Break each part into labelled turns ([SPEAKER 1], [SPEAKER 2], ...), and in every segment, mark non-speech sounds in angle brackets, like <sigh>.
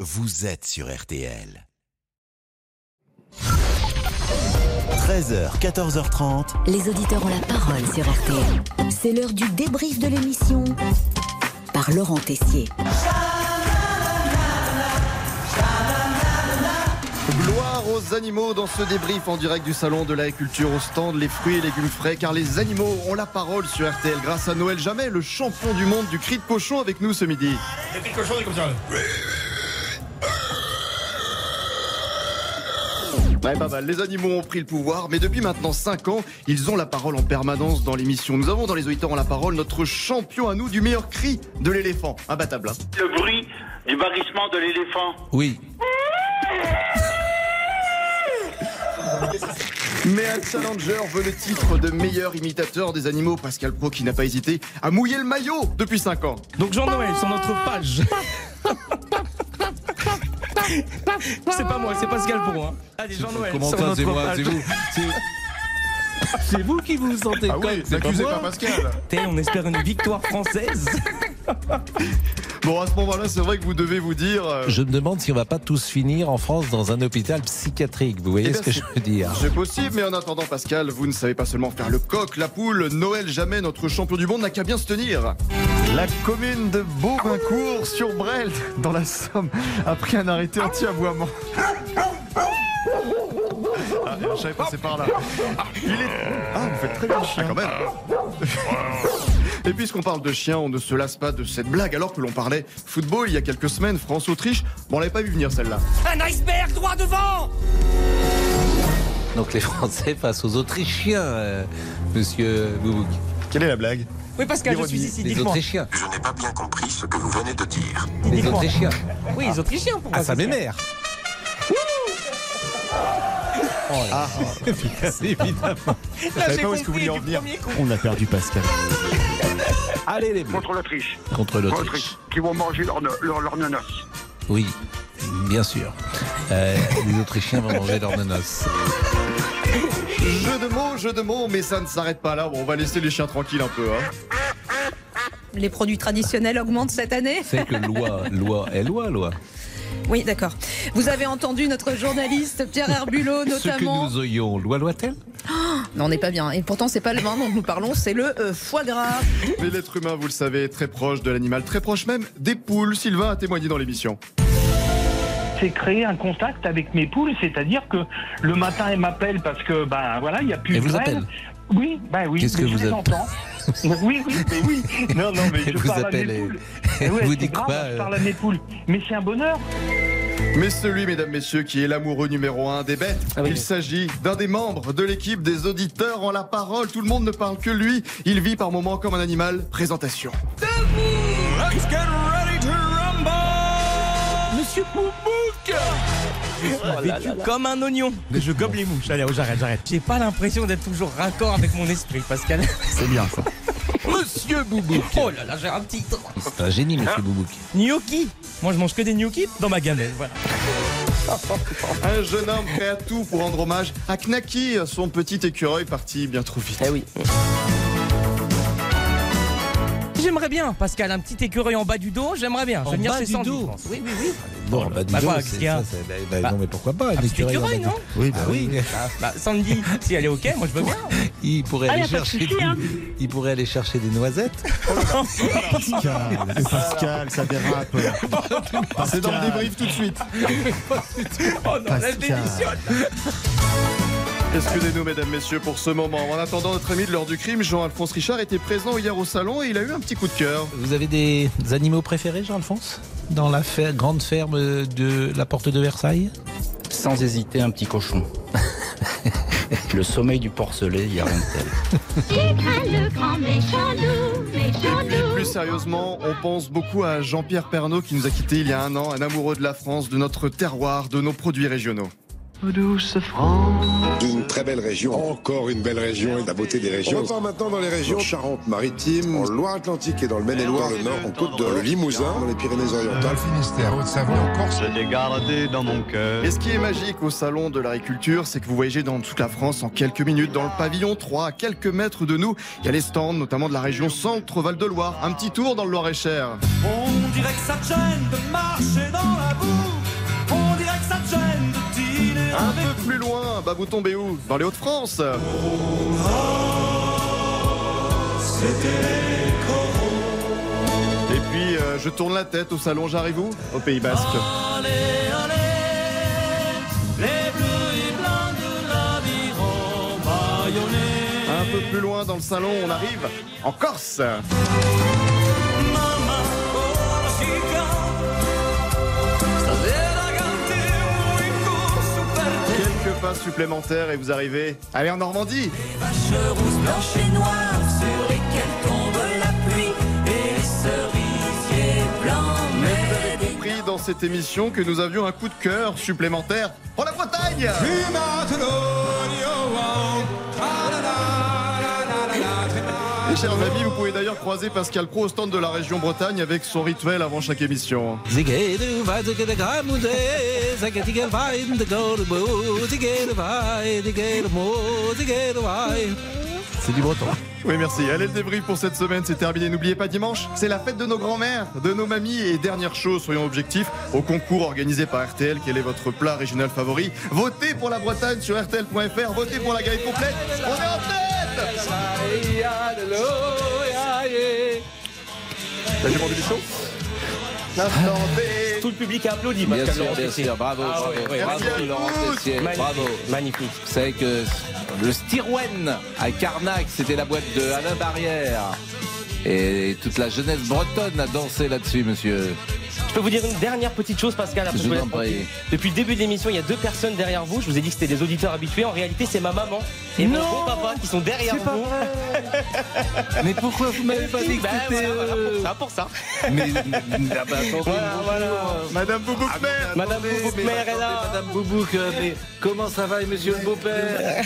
[SPEAKER 1] vous êtes sur RTL. 13h, 14h30.
[SPEAKER 2] Les auditeurs ont la parole sur RTL. C'est l'heure du débrief de l'émission par Laurent Tessier.
[SPEAKER 3] Gloire aux animaux dans ce débrief en direct du salon de l'agriculture au stand les fruits et légumes frais car les animaux ont la parole sur RTL grâce à Noël Jamais, le champion du monde du cri de cochon avec nous ce midi.
[SPEAKER 4] Il y a quelque chose comme ça.
[SPEAKER 5] Bah,
[SPEAKER 3] Ouais, pas mal. Les animaux ont pris le pouvoir, mais depuis maintenant 5 ans, ils ont la parole en permanence dans l'émission. Nous avons dans les auditeurs en la parole notre champion à nous du meilleur cri de l'éléphant. Imbattable. hein.
[SPEAKER 6] Le bruit du barrissement de l'éléphant.
[SPEAKER 7] Oui.
[SPEAKER 3] Mais à Challenger veut le titre de meilleur imitateur des animaux, Pascal Pro qui n'a pas hésité à mouiller le maillot depuis 5 ans.
[SPEAKER 7] Donc Jean-Noël sur notre page. c'est pas moi, c'est Pascal pour moi. Allez, Jean-Noël
[SPEAKER 8] Comment
[SPEAKER 7] sur
[SPEAKER 8] ça,
[SPEAKER 7] notre
[SPEAKER 8] c'est moi,
[SPEAKER 7] page.
[SPEAKER 8] c'est vous C'est- C'est vous qui vous sentez
[SPEAKER 9] Ah oui,
[SPEAKER 8] comme, c'est pas
[SPEAKER 9] n'accusez pas
[SPEAKER 8] moi.
[SPEAKER 9] Pascal.
[SPEAKER 7] T'es, on espère une victoire française.
[SPEAKER 3] Bon, à ce moment-là, c'est vrai que vous devez vous dire. euh,
[SPEAKER 8] Je me demande si on va pas tous finir en France dans un hôpital psychiatrique. Vous voyez
[SPEAKER 3] Eh
[SPEAKER 8] ce
[SPEAKER 3] ben,
[SPEAKER 8] que je veux dire
[SPEAKER 3] C'est possible, mais en attendant, Pascal, vous ne savez pas seulement faire le coq, la poule. Noël Jamais, notre champion du monde, n'a qu'à bien se tenir. La commune de Beauvincourt, sur Brel, dans la Somme, a pris un arrêté anti-aboiement. Ah, je savais pas, c'est par là. Il est... Ah, vous faites très bien le chien. quand même. Et puisqu'on parle de chien, on ne se lasse pas de cette blague alors que l'on parlait football il y a quelques semaines, France-Autriche. Bon, on l'avait pas vu venir celle-là.
[SPEAKER 10] Un iceberg droit devant
[SPEAKER 8] Donc les Français face aux Autrichiens, euh, monsieur Boubouk.
[SPEAKER 9] Quelle est la blague
[SPEAKER 10] Oui, Pascal, je suis ici,
[SPEAKER 8] Les
[SPEAKER 10] dites-moi.
[SPEAKER 8] Autrichiens.
[SPEAKER 5] Je n'ai pas bien compris ce que vous venez de dire.
[SPEAKER 8] Les
[SPEAKER 10] Dites-moi.
[SPEAKER 8] Autrichiens.
[SPEAKER 10] Oui, les Autrichiens, pour
[SPEAKER 8] Ah,
[SPEAKER 10] moi,
[SPEAKER 8] ça
[SPEAKER 10] c'est
[SPEAKER 8] m'émère. Oh là là. Évidemment.
[SPEAKER 10] Là,
[SPEAKER 9] savais
[SPEAKER 10] j'ai
[SPEAKER 9] pas où est-ce que vous
[SPEAKER 10] compris
[SPEAKER 9] vouliez en
[SPEAKER 10] du
[SPEAKER 9] venir.
[SPEAKER 10] premier coup.
[SPEAKER 9] On a perdu Pascal.
[SPEAKER 8] Allez les Bleus
[SPEAKER 6] Contre l'Autriche.
[SPEAKER 8] contre
[SPEAKER 6] Contre
[SPEAKER 8] l'Autriche.
[SPEAKER 6] l'Autriche. Qui vont manger leur, leur, leur nanas.
[SPEAKER 8] Oui, bien sûr. Euh, les Autrichiens vont manger leur menace.
[SPEAKER 3] Jeu de mots, jeu de mots, mais ça ne s'arrête pas là. Bon, on va laisser les chiens tranquilles un peu. Hein.
[SPEAKER 11] Les produits traditionnels augmentent cette année
[SPEAKER 8] C'est que loi, loi est loi, loi.
[SPEAKER 11] Oui, d'accord. Vous avez entendu notre journaliste Pierre
[SPEAKER 8] Ce
[SPEAKER 11] Herbulot,
[SPEAKER 8] que
[SPEAKER 11] notamment.
[SPEAKER 8] nous ayons, loi loi-t-elle
[SPEAKER 11] Non, on n'est pas bien. Et pourtant, c'est pas le vin dont nous parlons, c'est le euh, foie gras.
[SPEAKER 3] Mais l'être humain, vous le savez, est très proche de l'animal, très proche même des poules. Sylvain a témoigné dans l'émission.
[SPEAKER 10] c'est créer un contact avec mes poules, c'est-à-dire que le matin elles m'appellent parce que ben voilà, il n'y a plus
[SPEAKER 8] Elles
[SPEAKER 10] de
[SPEAKER 8] vous
[SPEAKER 10] grêle.
[SPEAKER 8] appellent
[SPEAKER 10] Oui, ben oui,
[SPEAKER 8] Qu'est-ce
[SPEAKER 10] mais
[SPEAKER 8] que
[SPEAKER 10] je
[SPEAKER 8] vous
[SPEAKER 10] les
[SPEAKER 8] app- <laughs>
[SPEAKER 10] entends. oui, oui, mais oui. Non, non, mais
[SPEAKER 8] Elle
[SPEAKER 10] je
[SPEAKER 8] vous
[SPEAKER 10] parle
[SPEAKER 8] appelle
[SPEAKER 10] à mes
[SPEAKER 8] et-
[SPEAKER 10] poules. Eh
[SPEAKER 8] elle
[SPEAKER 10] Ouais,
[SPEAKER 8] vous
[SPEAKER 10] c'est
[SPEAKER 8] dit
[SPEAKER 10] grave,
[SPEAKER 8] quoi,
[SPEAKER 10] Je
[SPEAKER 8] euh
[SPEAKER 10] parle à mes poules. Mais c'est un bonheur.
[SPEAKER 3] Mais celui, mesdames, messieurs, qui est l'amoureux numéro un des bêtes, il s'agit d'un des membres de l'équipe des auditeurs en la parole. Tout le monde ne parle que lui. Il vit par moments comme un animal. Présentation.
[SPEAKER 10] Monsieur
[SPEAKER 9] Oh
[SPEAKER 10] Poubouk Vécu comme un oignon. Mais je gobe les mouches. Allez, oh, j'arrête, j'arrête. J'ai pas l'impression d'être toujours raccord avec mon esprit, Pascal.
[SPEAKER 9] C'est bien ça.
[SPEAKER 10] Monsieur Boubouk Oh là là, j'ai un titre.
[SPEAKER 8] C'est un génie, monsieur Boubouk.
[SPEAKER 10] Gnocchi Moi, je mange que des gnocchi dans ma gamelle, voilà.
[SPEAKER 3] Un jeune homme prêt à tout pour rendre hommage à Knacky, son petit écureuil parti bien trop vite.
[SPEAKER 10] oui. J'aimerais bien, Pascal, un petit écureuil en bas du dos, j'aimerais bien.
[SPEAKER 8] En
[SPEAKER 10] je vais venir
[SPEAKER 8] bas
[SPEAKER 10] chez
[SPEAKER 8] du
[SPEAKER 10] Sandy,
[SPEAKER 8] dos
[SPEAKER 10] je pense. Oui, oui, oui.
[SPEAKER 8] Bon, bah,
[SPEAKER 10] Bah,
[SPEAKER 8] disons,
[SPEAKER 10] quoi, qu'est-ce
[SPEAKER 8] c'est
[SPEAKER 10] qu'il y a
[SPEAKER 8] ça, c'est- bah, bah,
[SPEAKER 10] Bah,
[SPEAKER 8] non, mais pourquoi pas Un
[SPEAKER 10] Un petit
[SPEAKER 8] écureuil,
[SPEAKER 10] écureuil,
[SPEAKER 8] on va-
[SPEAKER 10] non
[SPEAKER 9] Oui,
[SPEAKER 8] Ah oui,
[SPEAKER 10] Bah, Sandy, si elle est OK, moi je veux bien.
[SPEAKER 8] il pourrait aller chercher, des- il pourrait aller chercher des noisettes.
[SPEAKER 9] Pascal, Pascal, ça dérape.
[SPEAKER 3] C'est dans le débrief tout de suite.
[SPEAKER 10] Oh non, elle
[SPEAKER 9] Pascal.
[SPEAKER 10] démissionne
[SPEAKER 3] Excusez-nous, mesdames, messieurs, pour ce moment. En attendant notre ami de l'heure du crime, Jean-Alphonse Richard était présent hier au salon et il a eu un petit coup de cœur.
[SPEAKER 8] Vous avez des animaux préférés, Jean-Alphonse Dans la fer- grande ferme de la porte de Versailles
[SPEAKER 5] Sans hésiter, un petit cochon. Le sommeil du porcelet, il y a rien de tel.
[SPEAKER 3] Plus sérieusement, on pense beaucoup à Jean-Pierre Pernaud qui nous a quittés il y a un an, un amoureux de la France, de notre terroir, de nos produits régionaux.
[SPEAKER 5] Une très belle région, encore une belle région et la beauté des régions. On repart maintenant dans les régions Charente-Maritime, en Loire-Atlantique et dans le Maine-et-Loire, le Nord, en Côte d'Or, le Limousin, dans les Pyrénées-Orientales.
[SPEAKER 3] Et ce qui est magique au salon de l'agriculture, c'est que vous voyagez dans toute la France en quelques minutes. Dans le pavillon 3, à quelques mètres de nous, il y a les stands, notamment de la région Centre-Val de Loire. Un petit tour dans le Loir-et-Cher.
[SPEAKER 10] On dirait que ça chaîne de marcher dans la boue
[SPEAKER 9] Ah,
[SPEAKER 3] peu plus loin. Bah, vous tombez où Dans les Hauts-de-France. Et puis, euh, je tourne la tête au salon, j'arrive où Au Pays Basque. Un peu plus loin dans le salon, on arrive en Corse. Quelques pas supplémentaires et vous arrivez. Allez en Normandie compris dans cette émission que nous avions un coup de cœur supplémentaire pour la Bretagne Et chers amis, vous pouvez d'ailleurs croiser Pascal Pro au stand de la région Bretagne avec son rituel avant chaque émission.
[SPEAKER 12] C'est du breton.
[SPEAKER 3] Oui, merci. Allez, le débrief pour cette semaine, c'est terminé. N'oubliez pas, dimanche, c'est la fête de nos grands-mères, de nos mamies. Et dernière chose, soyons objectifs, au concours organisé par RTL, quel est votre plat régional favori Votez pour la Bretagne sur RTL.fr, votez pour la galette complète. On est en tête Là, j'ai vendu du chaud Attendez
[SPEAKER 10] Tout le public a applaudi. Pascal
[SPEAKER 8] Bien sûr,
[SPEAKER 10] Laurent
[SPEAKER 8] bien
[SPEAKER 10] Tessier.
[SPEAKER 8] sûr. Bravo,
[SPEAKER 10] Ah
[SPEAKER 8] bravo,
[SPEAKER 10] ouais, ouais,
[SPEAKER 8] bravo,
[SPEAKER 10] bravo.
[SPEAKER 8] Laurent Tessier.
[SPEAKER 10] Magnifique,
[SPEAKER 8] Bravo.
[SPEAKER 10] Magnifique.
[SPEAKER 8] Vous savez que le Styrouen à Carnac, c'était la boîte de Alain Barrière. Et toute la jeunesse bretonne a dansé là-dessus, monsieur.
[SPEAKER 10] Je peux vous dire une dernière petite chose, Pascal. après
[SPEAKER 8] Je
[SPEAKER 10] je vous
[SPEAKER 8] vous en
[SPEAKER 10] laisse
[SPEAKER 8] prie.
[SPEAKER 10] Depuis le début de l'émission, il y a deux personnes derrière vous. Je vous ai dit que c'était des auditeurs habitués. En réalité, c'est ma maman et mon beau-papa qui sont derrière vous.
[SPEAKER 8] Mais pourquoi vous m'avez pas dit que
[SPEAKER 10] Ben,
[SPEAKER 8] c'était...
[SPEAKER 10] voilà, voilà,
[SPEAKER 8] euh,
[SPEAKER 10] pour ça, pour ça.
[SPEAKER 8] Mais, <laughs> ah bah, attendez,
[SPEAKER 10] Voilà,
[SPEAKER 8] bonjour.
[SPEAKER 10] voilà.
[SPEAKER 3] Madame Boubouk-Mère
[SPEAKER 10] Madame
[SPEAKER 8] Attendez,
[SPEAKER 10] Boubouk
[SPEAKER 8] mais
[SPEAKER 10] Mère est là.
[SPEAKER 8] attendez, Madame Boubouk, euh, mais comment ça va, et monsieur le beau-père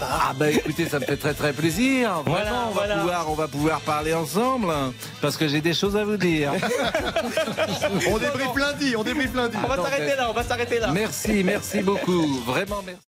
[SPEAKER 8] Ah bah écoutez, ça me fait très très plaisir. Vraiment,
[SPEAKER 10] Voilà,
[SPEAKER 8] on, va
[SPEAKER 10] voilà.
[SPEAKER 8] pouvoir, on va pouvoir parler ensemble, hein, parce que j'ai des choses à
[SPEAKER 10] <laughs>
[SPEAKER 8] vous dire.
[SPEAKER 3] On débriefe lundi, on débriefe lundi
[SPEAKER 10] On va
[SPEAKER 8] Attends,
[SPEAKER 10] s'arrêter
[SPEAKER 8] mais-
[SPEAKER 10] là, on va s'arrêter là.
[SPEAKER 8] Merci, merci beaucoup. Vraiment merci.